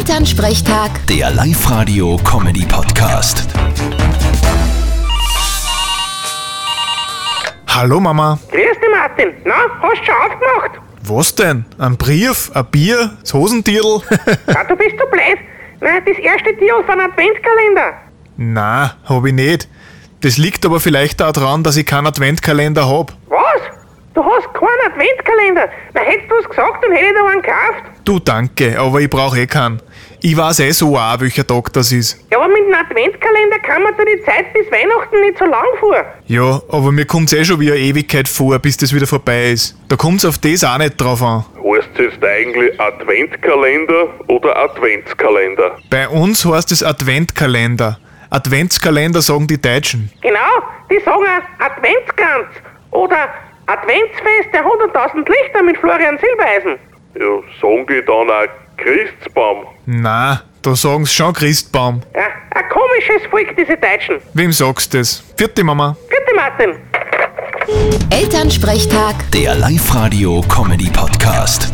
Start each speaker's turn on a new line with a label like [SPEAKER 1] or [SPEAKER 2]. [SPEAKER 1] Elternsprechtag,
[SPEAKER 2] Der Live-Radio-Comedy-Podcast.
[SPEAKER 3] Hallo Mama.
[SPEAKER 4] Grüß dich, Martin. Na, hast schon aufgemacht?
[SPEAKER 3] Was denn? Ein Brief, ein Bier, das Hosentierl?
[SPEAKER 4] Ah, du bist so blöd. Nein, das erste Tier aus einem Adventskalender.
[SPEAKER 3] Na, hab ich nicht. Das liegt aber vielleicht auch dran, dass ich keinen Adventkalender hab.
[SPEAKER 4] Was? Du hast keinen Adventskalender. Na, hättest du es gesagt, dann hätte ich da einen gekauft.
[SPEAKER 3] Du danke, aber ich brauch eh keinen. Ich weiß eh so auch, welcher Tag das ist.
[SPEAKER 4] Ja, aber mit dem Adventskalender kann man da die Zeit bis Weihnachten nicht so lang vor.
[SPEAKER 3] Ja, aber mir kommt's eh schon wie eine Ewigkeit vor, bis das wieder vorbei ist. Da kommt's auf das auch nicht drauf an.
[SPEAKER 5] Heißt es jetzt eigentlich Adventkalender oder Adventskalender?
[SPEAKER 3] Bei uns heißt es Adventkalender. Adventskalender sagen die Deutschen.
[SPEAKER 4] Genau, die sagen auch Adventskranz oder Adventsfest der 100.000 Lichter mit Florian Silbereisen.
[SPEAKER 5] Ja, sagen die dann auch Christbaum?
[SPEAKER 3] Na, da sagen's schon Christbaum.
[SPEAKER 4] Ja, ein komisches Volk, diese Deutschen.
[SPEAKER 3] Wem sagst das? Vierte Mama.
[SPEAKER 4] Bitte, Martin.
[SPEAKER 1] Elternsprechtag.
[SPEAKER 2] Der Live-Radio-Comedy-Podcast.